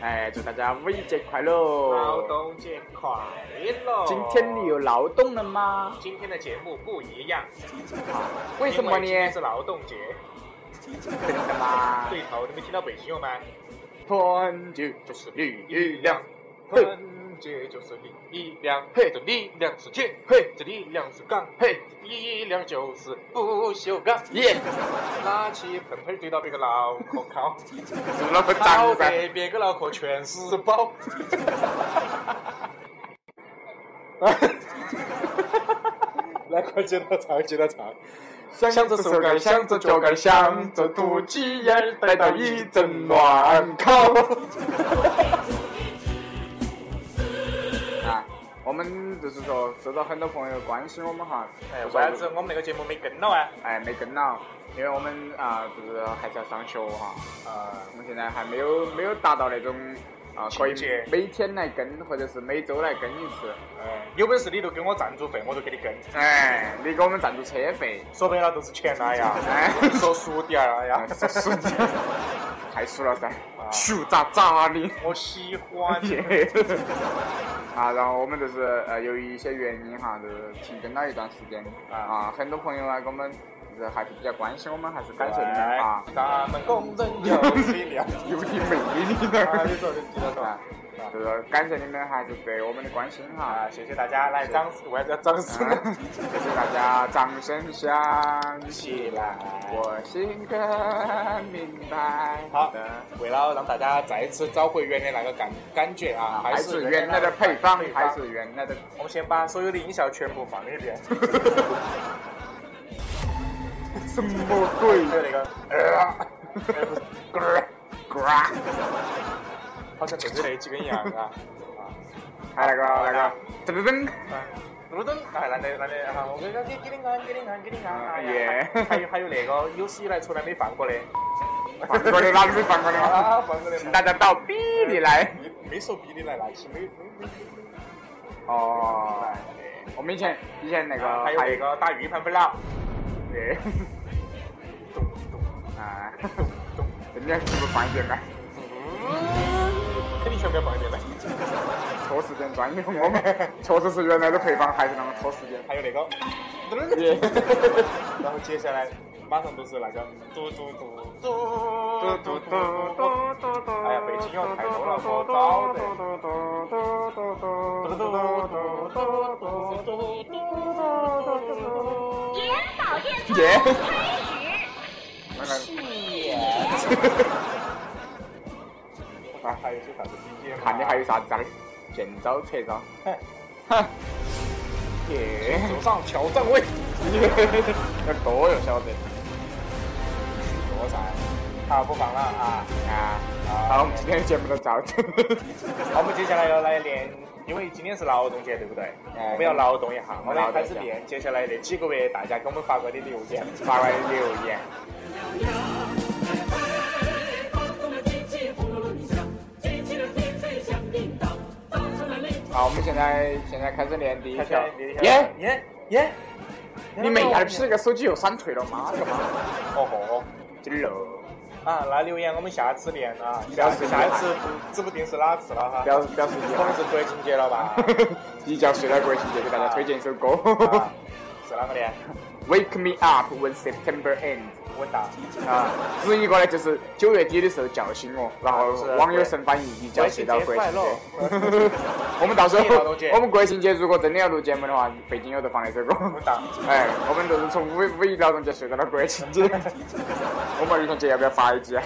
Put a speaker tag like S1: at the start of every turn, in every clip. S1: 哎，祝大家五一节快乐！
S2: 劳动节快乐！
S1: 今天你有劳动了吗？
S2: 今天的节目不一样，
S1: 为什么呢
S2: 因今天是劳动节。
S1: 真的吗？
S2: 对头，你没听到北京话吗？
S1: 团结就是力量，嘿
S2: 团结就是力量，
S1: 嘿
S2: 这力量是铁，
S1: 嘿
S2: 这力量是钢，
S1: 嘿
S2: 力量就是不锈钢。
S1: 耶！
S2: 拿起盆盆对到别个脑壳敲，
S1: 是那么
S2: 敲
S1: 脏啊噻？
S2: 得别个脑壳全是包。来，快接到唱，接到唱。
S1: 想着手杆，想着脚杆，想着肚脐眼儿，逮到一阵乱烤。啊，我们就是说收到很多朋友关心我们哈，
S2: 哎，
S1: 就
S2: 为
S1: 说
S2: 啥子我们那个节目没跟了啊？
S1: 哎，没跟了，因为我们啊、就是还是要上学哈，
S2: 啊，
S1: 我们现在还没有没有达到那种啊、可以
S2: 境界
S1: 每天来跟或者是每周来跟一次。
S2: 哎，有本事你就给我赞助费，我就给你跟。
S1: 哎，你给我们赞助车费，
S2: 说白了都是钱啦呀，
S1: 哎，
S2: 说俗点儿啦
S1: 哎
S2: 呀。
S1: 这是太熟了噻
S2: 啊，
S1: 熟咋咋的。
S2: 我喜欢
S1: 啊，然后我们就是呃，由于一些原因哈，就是停更了一段时间
S2: 啊
S1: 啊，很多朋友啊，跟我们就是还是比较关心我们，还是感谢你们
S2: 哎
S1: 啊，，
S2: 咱们工人有力 量。
S1: 有你妹你
S2: 啊，
S1: 的
S2: 你说的，你说
S1: 啊
S2: 的。，
S1: 就是感谢你们还是对我们的关心哈
S2: 啊，，谢谢大家，来掌声，为啥子要掌声
S1: 啊
S2: 呢？
S1: 谢谢大家，掌声响
S2: 起
S1: 起来，
S2: 来。
S1: 我心更明白
S2: 好
S1: 的。
S2: 为了让大家再次找回原来那个感感觉啊，
S1: 还
S2: 是
S1: 是原来的配方，还是原来的。
S2: 我们先把所有的音效全部放一遍，
S1: 什么鬼
S2: 还有那个呃，哎不是
S1: 咯儿咯儿，
S2: 好像就是那几根一样啊。
S1: 还有那个那个噔噔噔，
S2: 啊，路灯，哎，那那那那，啊我跟你讲，给给你按，给你按，给你按，哎呀
S1: 耶
S2: 还有还有那个有史以来从来没放过的，
S1: 放过的哪个是放过的吗？
S2: 啊，放过的
S1: 请，大家到 B 里来。
S2: 没没说比你来垃圾，没没没
S1: 哦，
S2: 哎
S1: 我们以前以前那个
S2: 还有那个打鱼盘粉啦，
S1: 耶，
S2: 咚咚
S1: 啊，
S2: 咚咚，
S1: 人家是不是放一点呢？
S2: 肯定全部要放一遍呗。
S1: 拖时间专业，我们确实是原来的配方，还是那么拖时间。
S2: 还有那个，
S1: 耶，
S2: 然后接下来马上就是那个嘟嘟嘟嘟
S1: 嘟嘟嘟
S2: 嘟嘟嘟
S1: 嘟嘟嘟，
S2: 哎呀北京要太多了我早得
S1: 嘟嘟嘟嘟嘟
S2: 嘟
S1: 嘟
S2: 嘟嘟
S1: 嘟嘟
S2: 嘟
S1: 嘟
S2: 嘟嘟嘟。
S3: 眼保健操
S1: 耶
S3: 开始。
S2: 啊，还有些啥子 BGM？
S1: 看你还有啥子啊？见招拆招。哼，耶，
S2: 走上挑战位，
S1: 要多又晓得
S2: 多噻。好，不放了啊！
S1: 啊。好，我们今天的节目就到这。
S2: 好，我们接下来要来练，因为今天是劳动节，对不对？
S1: 哎
S2: 我们要劳动一下，我
S1: 劳动
S2: 们
S1: 一下
S2: 开始练接下来的几个月大家给我们发过的留言。
S1: 发来留言，好，我们现在现在开始练第一
S2: 开始
S1: 条
S2: 练。
S1: 耶，
S2: 耶耶！
S1: 你妹儿批那个手机又闪退了，妈了个妈，
S2: 哦吼！
S1: 真漏。
S2: 啊，那留言我们下次练啊，
S1: 不
S2: 下
S1: 要
S2: 次
S1: 随
S2: 下
S1: 便
S2: 一次不指不定是哪次了哈，
S1: 表示表示遗
S2: 可能
S1: 憾
S2: 是，国庆节了 吧？
S1: 一觉睡到国庆节，给大家推荐一首歌。
S2: 啊，是哪个呢？
S1: Wake me up when September ends。
S2: 稳当。
S1: 啊，直译过来就是九月底的时候叫醒我，然后网友神翻译一觉睡到国庆节。我们到时候
S2: 国庆节快乐
S1: 我们国庆节如果真的要录节目的话，背景有得放那首歌。
S2: 稳当。
S1: 哎，我们就是从五五一劳动节睡到了国庆节。我们儿童节要不要发一集？
S2: 哎，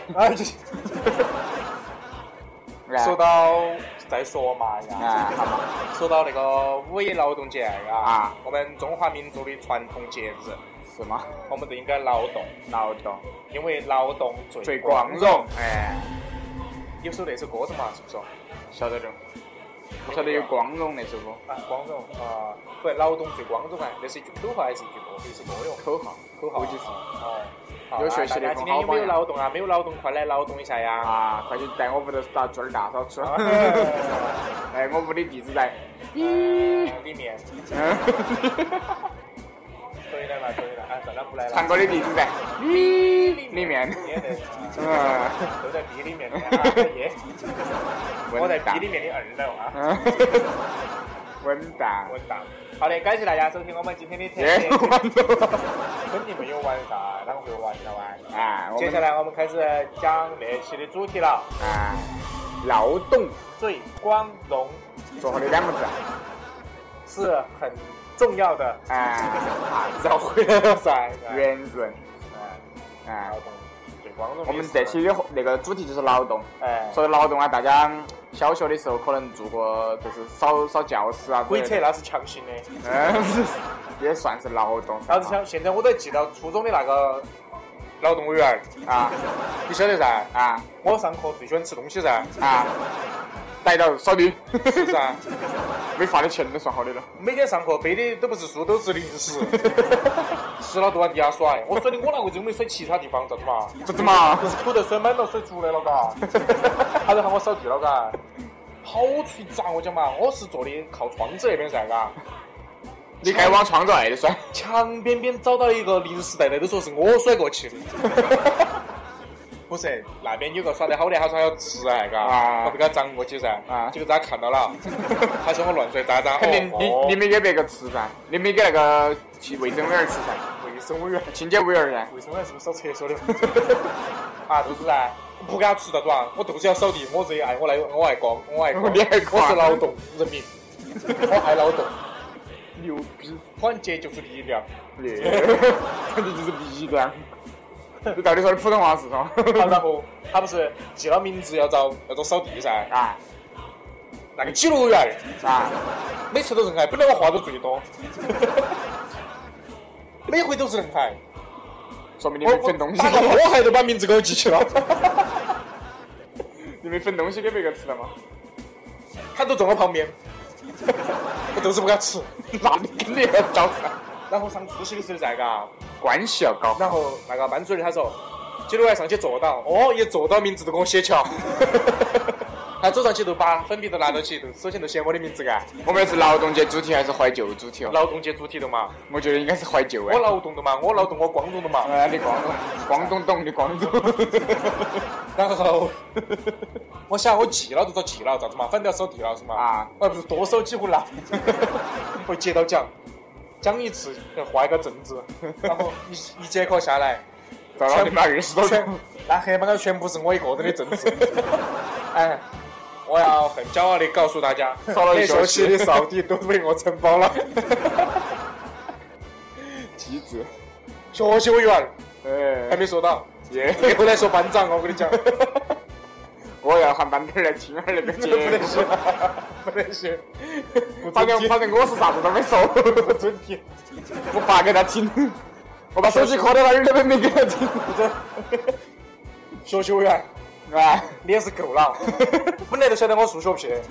S1: 哎
S2: 说到再说嘛呀，
S1: 啊，好嘛，
S2: 说到那个五一劳动节啊
S1: 啊，
S2: 我们中华民族的传统节日，
S1: 是吗？
S2: 我们都应该劳动，
S1: 劳动
S2: 因为劳动最
S1: 最光荣，。哎，
S2: 有首那首歌的嘛，是不是？
S1: 晓得的。我晓得有光荣那首歌，
S2: 啊，光荣啊，不，劳动最光荣啊，那是一句口号还是一句歌？一首歌哟。
S1: 口号，
S2: 口号
S1: 估计是。
S2: 哦，好
S1: 有学习的
S2: 啊大家
S1: 同
S2: 今天
S1: 好
S2: 有没
S1: 榜
S2: 有
S1: 样
S2: 劳动啊？没有劳动，快来劳动一下呀！
S1: 啊，快去带我屋头打猪儿大扫除。
S2: 啊
S1: 哎，我屋的地址 在。
S2: 里面
S1: 嗯，
S2: 可以了嘛，可以了，啊，算了，不来 了。
S1: 唱歌的地址 在
S2: 嗯
S1: 里面。
S2: 也得，
S1: 嗯，
S2: 都在 B 里面的啊，耶。我在 B 里面的二楼啊，
S1: 嗯混蛋，
S2: 我到。好的，感谢大家收听我们今天的特
S1: 耶，
S2: 别，
S1: 完了，
S2: 肯定没有玩啥，哪个会玩啥玩？
S1: 哎，我
S2: 接下
S1: 们
S2: 来我们开始讲那期的主题了，
S1: 哎，劳动
S2: 最光荣
S1: 说好的两个字，啊
S2: 是很重要的，
S1: 哎，绕回来了噻，圆润，
S2: 嗯，
S1: 哎
S2: 劳。动最光荣的是。
S1: 我们这期的那个主题就是劳动，
S2: 哎，
S1: 说劳动啊，大家小学的时候可能做过，就是扫扫教室啊，
S2: 鬼扯，那是强行的，
S1: 嗯， 也算是劳动。
S2: 老子想现在我都记到初中的那个劳动委员儿，
S1: 啊
S2: 你晓得噻？
S1: 啊
S2: 我上课最喜欢吃东西噻，
S1: 啊！逮到扫 地，
S2: 是噻？
S1: 没罚的钱都算好的了。
S2: 每天上课背的都不是书，都是零食，吃了都往地下甩。我甩的我那个就没甩其他地方，咋子嘛？
S1: 咋子嘛？
S2: 就是口袋甩满了，甩出来了，嘎。他就喊我扫地了，嘎。好锤子啊！我讲嘛，我是坐的靠窗子那边噻，嘎。
S1: 你该往窗子外头
S2: 哦
S1: 甩。
S2: 墙边边找到一个零食袋袋，都说是我甩过 去的。不是，那边有个耍得好的，他说他要吃哎，嘎，
S1: 啊
S2: 我被他张过去噻
S1: 啊，
S2: 结果他看到 了，他说我乱甩渣渣，
S1: 肯定
S2: 哦
S1: 你
S2: 哦
S1: 你没给别个吃噻，你没给那个去卫生委员吃噻，
S2: 卫生委员，
S1: 清洁委员噻。
S2: 卫生委员是不是扫厕所的？ 啊，就是噻，不给他吃到多啊，我就是要扫地，我热爱，我来，我爱逛，我爱 逛，
S1: 你爱逛
S2: 我是劳动人 民，我爱劳动，
S1: 牛 逼！
S2: 团结就是力 量。
S1: 反正就是逼 的。你到底说的普通话是啥？
S2: 好，然后他不是记了名字要找要找扫地噻，
S1: 啊
S2: 那个记录员。
S1: 啊！
S2: 每次都人海，本来我话都最多， 每回都是人海。
S1: 说明你
S2: 我
S1: 没
S2: 我
S1: 分东西
S2: 打，个 火海都把名字给我记起了，
S1: 你没分东西给别个吃 了吗？
S2: 他都坐我旁边，我就是不给他吃。
S1: 那你肯定要找噻，
S2: 然后上自习的时候在嘎，
S1: 关系要高。
S2: 然后那个班主任他说，接着我要上去坐到，哦，一坐到名字都给我写起了。 他走上去就把粉笔都拿到起，就首先就写我的名字嘎。
S1: 我们是劳动节主题还是怀旧主题哦？
S2: 劳动节主题的嘛，
S1: 我觉得应该是怀旧
S2: 我
S1: 哎。
S2: 劳动的嘛，我劳动我光荣的嘛。
S1: 哎，你光荣，光东东，你光 荣。
S2: 然后 我想我记了就遭记了，咋子嘛？反正要扫地了是嘛？
S1: 啊，
S2: 我还不是多扫几回来， 会接到奖，奖一次要画一个正字， 然后一一节课下来，
S1: 找到你妈二十多
S2: 全
S1: 个。
S2: 那黑板上全部是我一个人的正 字，哎。我要很骄傲的告诉大家，
S1: 扫了一
S2: 每学
S1: 学期
S2: 期的扫地都被我承 包了。
S1: 机智。
S2: 学习委员还
S1: 哎，
S2: 没说到，
S1: 耶！
S2: 一回来说班长，我跟你讲，
S1: 我要喊班头来听下那个 节
S2: 不得
S1: 目。
S2: 行，不得 行，不
S1: 反
S2: 准
S1: 正
S2: 听
S1: 反正我是啥子都没说，
S2: 不准听。
S1: 我发给他听。我把手机壳到他耳朵边没给他听。
S2: 学习委员，
S1: 哎，
S2: 你也是 够了。本来都晓得我数学撇，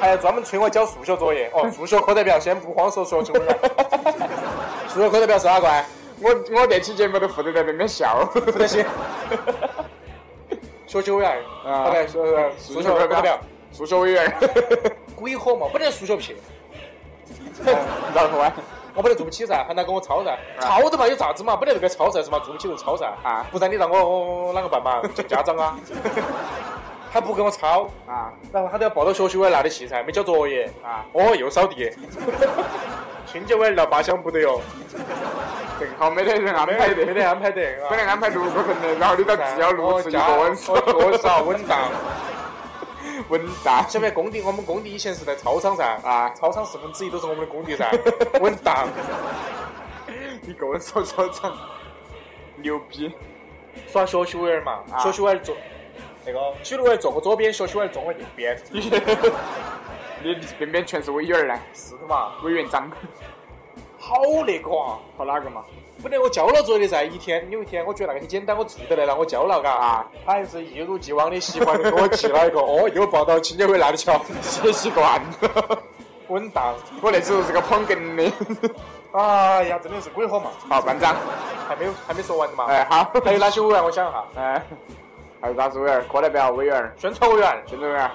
S2: 还要专门催我交数学作业。 哦，数学课代表先不慌说数学委员。数学课代表是哪个啊？
S1: 我我这期节目都负责在那边笑。
S2: 不得行。学习委员，
S1: 啊
S2: 好的，数学数学课代表，
S1: 数学委员，
S2: 鬼火嘛，本来数学撇，
S1: 绕个弯。
S2: 我本来做不起噻，啊喊他给我抄噻，抄的嘛有啥子嘛，本来就该抄噻是嘛，做不起就抄噻
S1: 啊，
S2: 不然你让我我我啷个办嘛？叫家 长啊，他不给我抄，
S1: 啊
S2: 然后他都要抱到学习委员拿的器材，没交作业
S1: 啊
S2: 哦，又扫 地。清洁委员闹八箱不得哟，
S1: 正好没得人啊安
S2: 没
S1: 排
S2: 得没
S1: 的，
S2: 得安排得
S1: 本来安排六个人的，然后你到只要录
S2: 我
S1: 吃一
S2: 家
S1: 个
S2: 我
S1: 稳
S2: 我多少稳 当。
S1: 稳当。
S2: 晓不晓得工地？我们工地以前是在操场噻，
S1: 啊，
S2: 操场四分之一都是我们的工地 噻，稳当。
S1: 你跟我说说唱，牛 逼
S2: 耍学习委员嘛，
S1: 啊
S2: 学习委员坐那个纪律委员坐我左边，学习委员坐我右边，
S1: 你边边全是委员儿呢，
S2: 是的嘛？
S1: 委员长。
S2: 好那个啊！
S1: 好哪个嘛？
S2: 本来我交了作业噻，一天有一天我觉得那个很简单，我记得来哎了，我交了嘎。
S1: 啊，
S2: 他还是一如既往的习惯的给我寄了一个，哦，又报到清洁委那里 去了，
S1: 写习 惯了。
S2: 稳当。
S1: 我那时候是个捧哏的。
S2: 哎呀，真的是鬼火嘛，
S1: 好，班长，
S2: 还没有还没说完嘛。
S1: 哎好，
S2: 还有哪些委员？我想一下，
S1: 哎，还有啥子委员儿？课代表委员儿、
S2: 宣传委员，
S1: 宣传委员儿。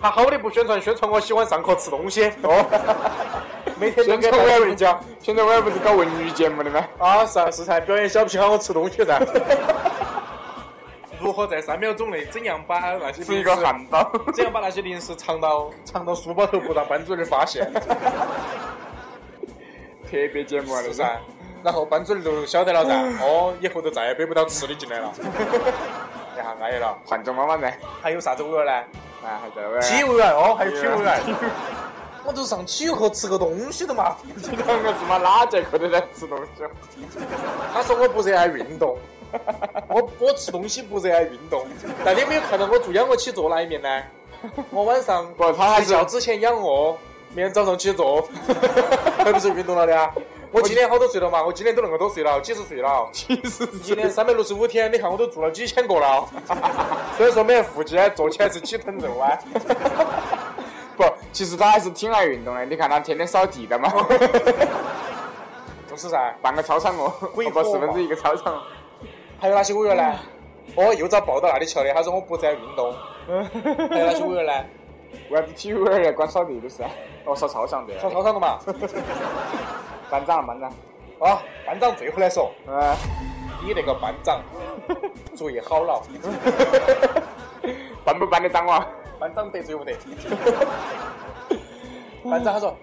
S2: 他好的不宣传，宣传我喜欢上课吃东西。哦， 每 天都
S1: 宣
S2: 给
S1: 传委
S2: 班
S1: 员
S2: 主
S1: 儿
S2: 任讲，
S1: 宣传委员儿不是搞文 娱节目的吗？
S2: 啊，是啊，是噻，表演小品喊我吃东西噻。如如何在三秒钟内怎样把那些
S1: 吃一个汉 堡，
S2: 怎样把那些零食藏到藏到书包头不让班主任发现，
S1: 啊特别节目啊，这
S2: 是不
S1: 是
S2: 是。啊？然后班主任就晓得了噻，哦，以后就再也背不到吃的进来了， 一下安逸了。
S1: 换种妈妈噻，
S2: 还有啥子味儿呢？
S1: 啊，还在玩儿。
S2: 体味儿哦，还有体
S1: 体
S2: 味
S1: 味
S2: 儿。我都上体育课吃个东西的嘛。
S1: 你两个他妈哪节课都在吃东西？
S2: 他说我不热爱运 动，我我吃东西不热爱运动，但你没有看到我做仰卧起坐那一面 呢？我晚上
S1: 不他还是
S2: 睡觉之前仰卧，明天早上起 坐，还不是运动了的啊？我今天好多岁了嘛？我今天都那么多岁了，几十岁 了。
S1: 其实
S2: 一年三百六十五天，你看我都做了几千个 了，虽然说没得腹肌，做起来是几吨肉 啊。
S1: 不，其实他还是挺爱运动的。你看他天天扫地的嘛，
S2: 就是噻，
S1: 半个操场哦，
S2: 鬼火
S1: 不
S2: 嘛
S1: 四分之一个操场。
S2: 还有哪些委员呢？哦，又遭报到那里去了的，他说我不热爱运动。还有哪些委员呢？
S1: 为啥子体育委员管扫地的噻？哦，扫操场的。
S2: 上操场的嘛。
S1: 班长，班长。
S2: 啊，班长最后来说，
S1: 呃，
S2: 你那个班长作业好了，
S1: 办不办得长哇？
S2: 班长得罪不得？班长他说，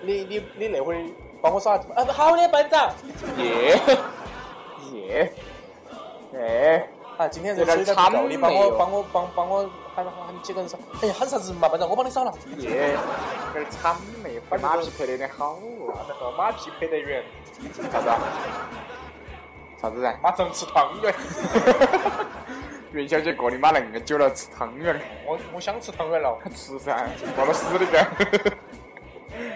S2: 你你你那会儿帮我耍啥子嘛？啊，好的，班长。
S1: 耶耶，哎，
S2: 啊，今天
S1: 有
S2: 人
S1: 点
S2: 手点不
S1: 谄
S2: 够，
S1: 媚
S2: 你帮我
S1: 哦
S2: 帮我帮帮我喊喊几个人耍。哎呀，喊啥子嘛，班长，我帮你耍了。
S1: 耶，有点谄媚，把马屁拍得有点好哦。
S2: 啊那个马屁拍得远，
S1: 啥子啊？啥子噻？
S2: 马上吃汤圆。
S1: 袁小姐过你妈恁个久了，吃汤圆儿，
S2: 我我想吃汤圆了。
S1: 吃噻，忘了死的噻。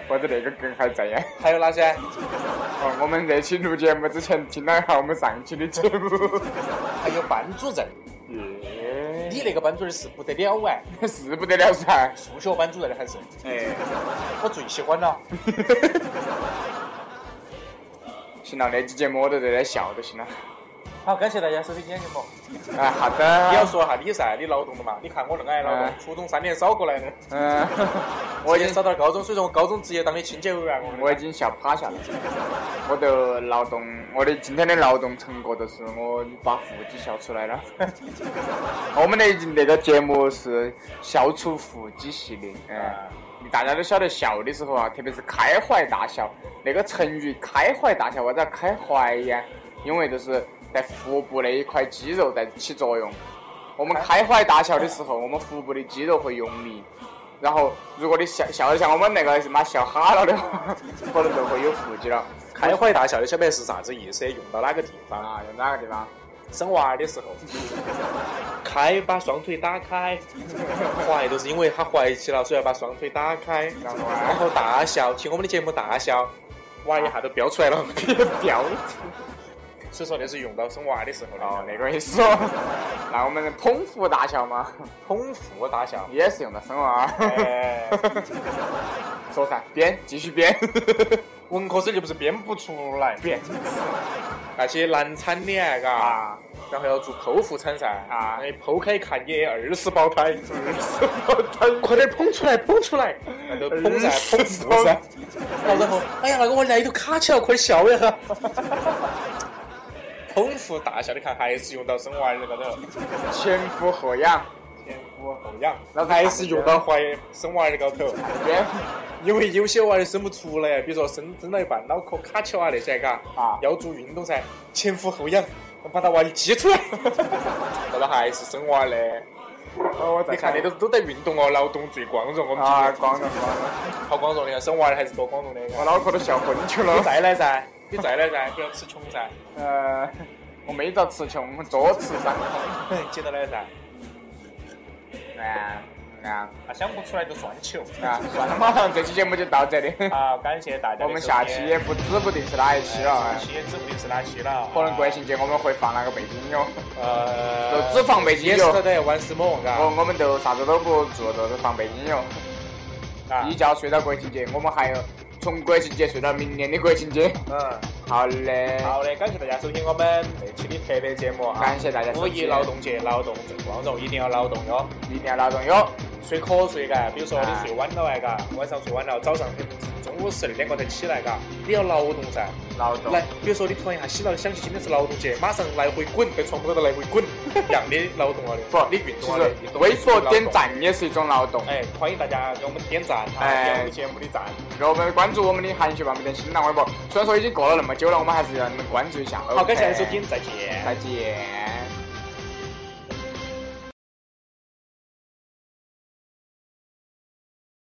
S1: 或者那个梗还在呀？
S2: 还有哪些？
S1: 哦，我们这期录节目之前听了一下我们上期的节目。
S2: 还有班主任，
S1: 耶，
S2: 你那个班主任是不得了哎，
S1: 是不得了噻！
S2: 数学班主任还是
S1: 哎，
S2: 我最喜欢了。
S1: 行了，那期节目我都在这笑就行了。
S2: 好，感谢大家收听今天节目。
S1: 哎，好的。
S2: 你要说一下你噻，你劳动的嘛？你看我那个爱劳动，
S1: 嗯
S2: 初中三年扫过来的，
S1: 嗯，
S2: 哎 我
S1: 我
S2: 已
S1: 已
S2: 经
S1: 经
S2: 扫到高中，所以说我高中直接当的清洁委员。我跟你
S1: 我已经笑趴下了。我的劳动，我的今天的劳动成果就是我把腹肌笑出来了。我们的那个节目是笑出腹肌系列，
S2: 啊
S1: 嗯。大家都晓得笑的时候啊，特别是开怀大笑，那个成语“开怀大笑”为啥开怀呀？因为就是在腹部那一块肌肉在起作用。我们开怀大笑的时候，我们腹部的肌肉会用力，然后如果你笑笑得像我们那个什么笑哈了的话， 可能就会有腹肌了。
S2: 开怀大笑，你晓不得是啥子意思？用到哪个地方？
S1: 啊，用哪个地方？
S2: 生娃儿的时候， 开把双腿打 开，怀都是因为他怀起了，所以要把双腿打开，
S1: 然后
S2: 然
S1: 啊，
S2: 后大笑，听我们的节目大笑，娃一下都飙出来了，
S1: 标
S2: 所以说那是用到生娃儿的时候的。
S1: 哦，那个意思 哦。那我们捧腹大笑嘛，
S2: 捧腹大 笑。
S1: 也是用到生娃儿。
S2: 啊哎，
S1: 说噻，编，继续编，
S2: 文科生就不是编不出来
S1: 编
S2: 那些难产的啊，嘎、
S1: 啊。
S2: 然后要做剖腹产噻，
S1: 啊
S2: 哎，剖开看你二十胞胎，
S1: 快点捧出来，捧出来！
S2: 那啊都捧噻，捧腹噻，然后哎呀，那个我奶都卡起了，快笑一 下。捧腹大笑，你看还是用到生娃儿那个的
S1: 前俯后仰，
S2: 前俯后 仰，
S1: 那
S2: 还是用到怀生娃儿那个头，
S1: 编
S2: 因为有些娃儿生不出来，比如说生生到一半脑壳卡起哇那些，嘎，
S1: 啊
S2: 要做运动噻，前俯后仰，把他娃儿挤出来， 那个还是生娃儿嘞。
S1: 哦，我在
S2: 你看，那都都在运动哦，劳动最光荣。我们
S1: 啊，
S2: 今
S1: 光荣光荣，
S2: 天好光荣的，生娃儿还是多光荣的。
S1: 我脑壳都笑昏去
S2: 你
S1: 了。
S2: 再来噻，你再来噻，不 要吃穷噻，
S1: 呃，我没遭吃穷，坐吃伤痛。
S2: 接着来噻。
S1: 啊啊
S2: 啊，想不出来就算球。
S1: 啊！算了嘛，这期节目就到这里，
S2: 好，感谢大家的收听。
S1: 我们下期也不指不定是哪一期了，
S2: 下
S1: 哎
S2: 期也指不定是哪期了，
S1: 可能国庆节我们会放那个背景音乐，
S2: 呃，
S1: 就只放背景音乐
S2: Yesterday once more，
S1: 我
S2: 嘎。
S1: 哦我们就啥子都不做，就是放背景音乐。
S2: 啊
S1: 一，觉睡到国庆节，我们还要从国庆节睡到明年的国庆节。
S2: 嗯，
S1: 好嘞，
S2: 好的，感谢大家收听我们呃这期的特别节目啊。
S1: 感谢大家收
S2: 五
S1: 听
S2: 一劳动节，劳动最光荣，一定要劳动哟。
S1: 一定要劳动哟。
S2: 睡瞌睡嘎，比如说
S1: 啊
S2: 你睡晚了哎嘎，晚上睡晚了，早上中午十二点过才起来嘎，你要劳动噻，
S1: 劳动
S2: 来，比如说你突然一下洗脑，想起今天是劳动节，马上来回滚，在床铺头来回 滚，一样的劳动了的。
S1: 不，
S2: 你运
S1: 其
S2: 动了的
S1: 实。
S2: 运动
S1: 微
S2: 是一种
S1: 博
S2: 劳动
S1: 点。赞也是一种劳动。
S2: 哎，欢迎大家给我们点赞，啊，
S1: 哎
S2: 点我们节目的赞。
S1: 然后我们关注我们的韩雪半边的新浪微博，虽然说已经过了那么久了，我们还是让你们关注一下。
S2: 好，感谢
S1: OK
S2: 收听，再见。
S1: 再见。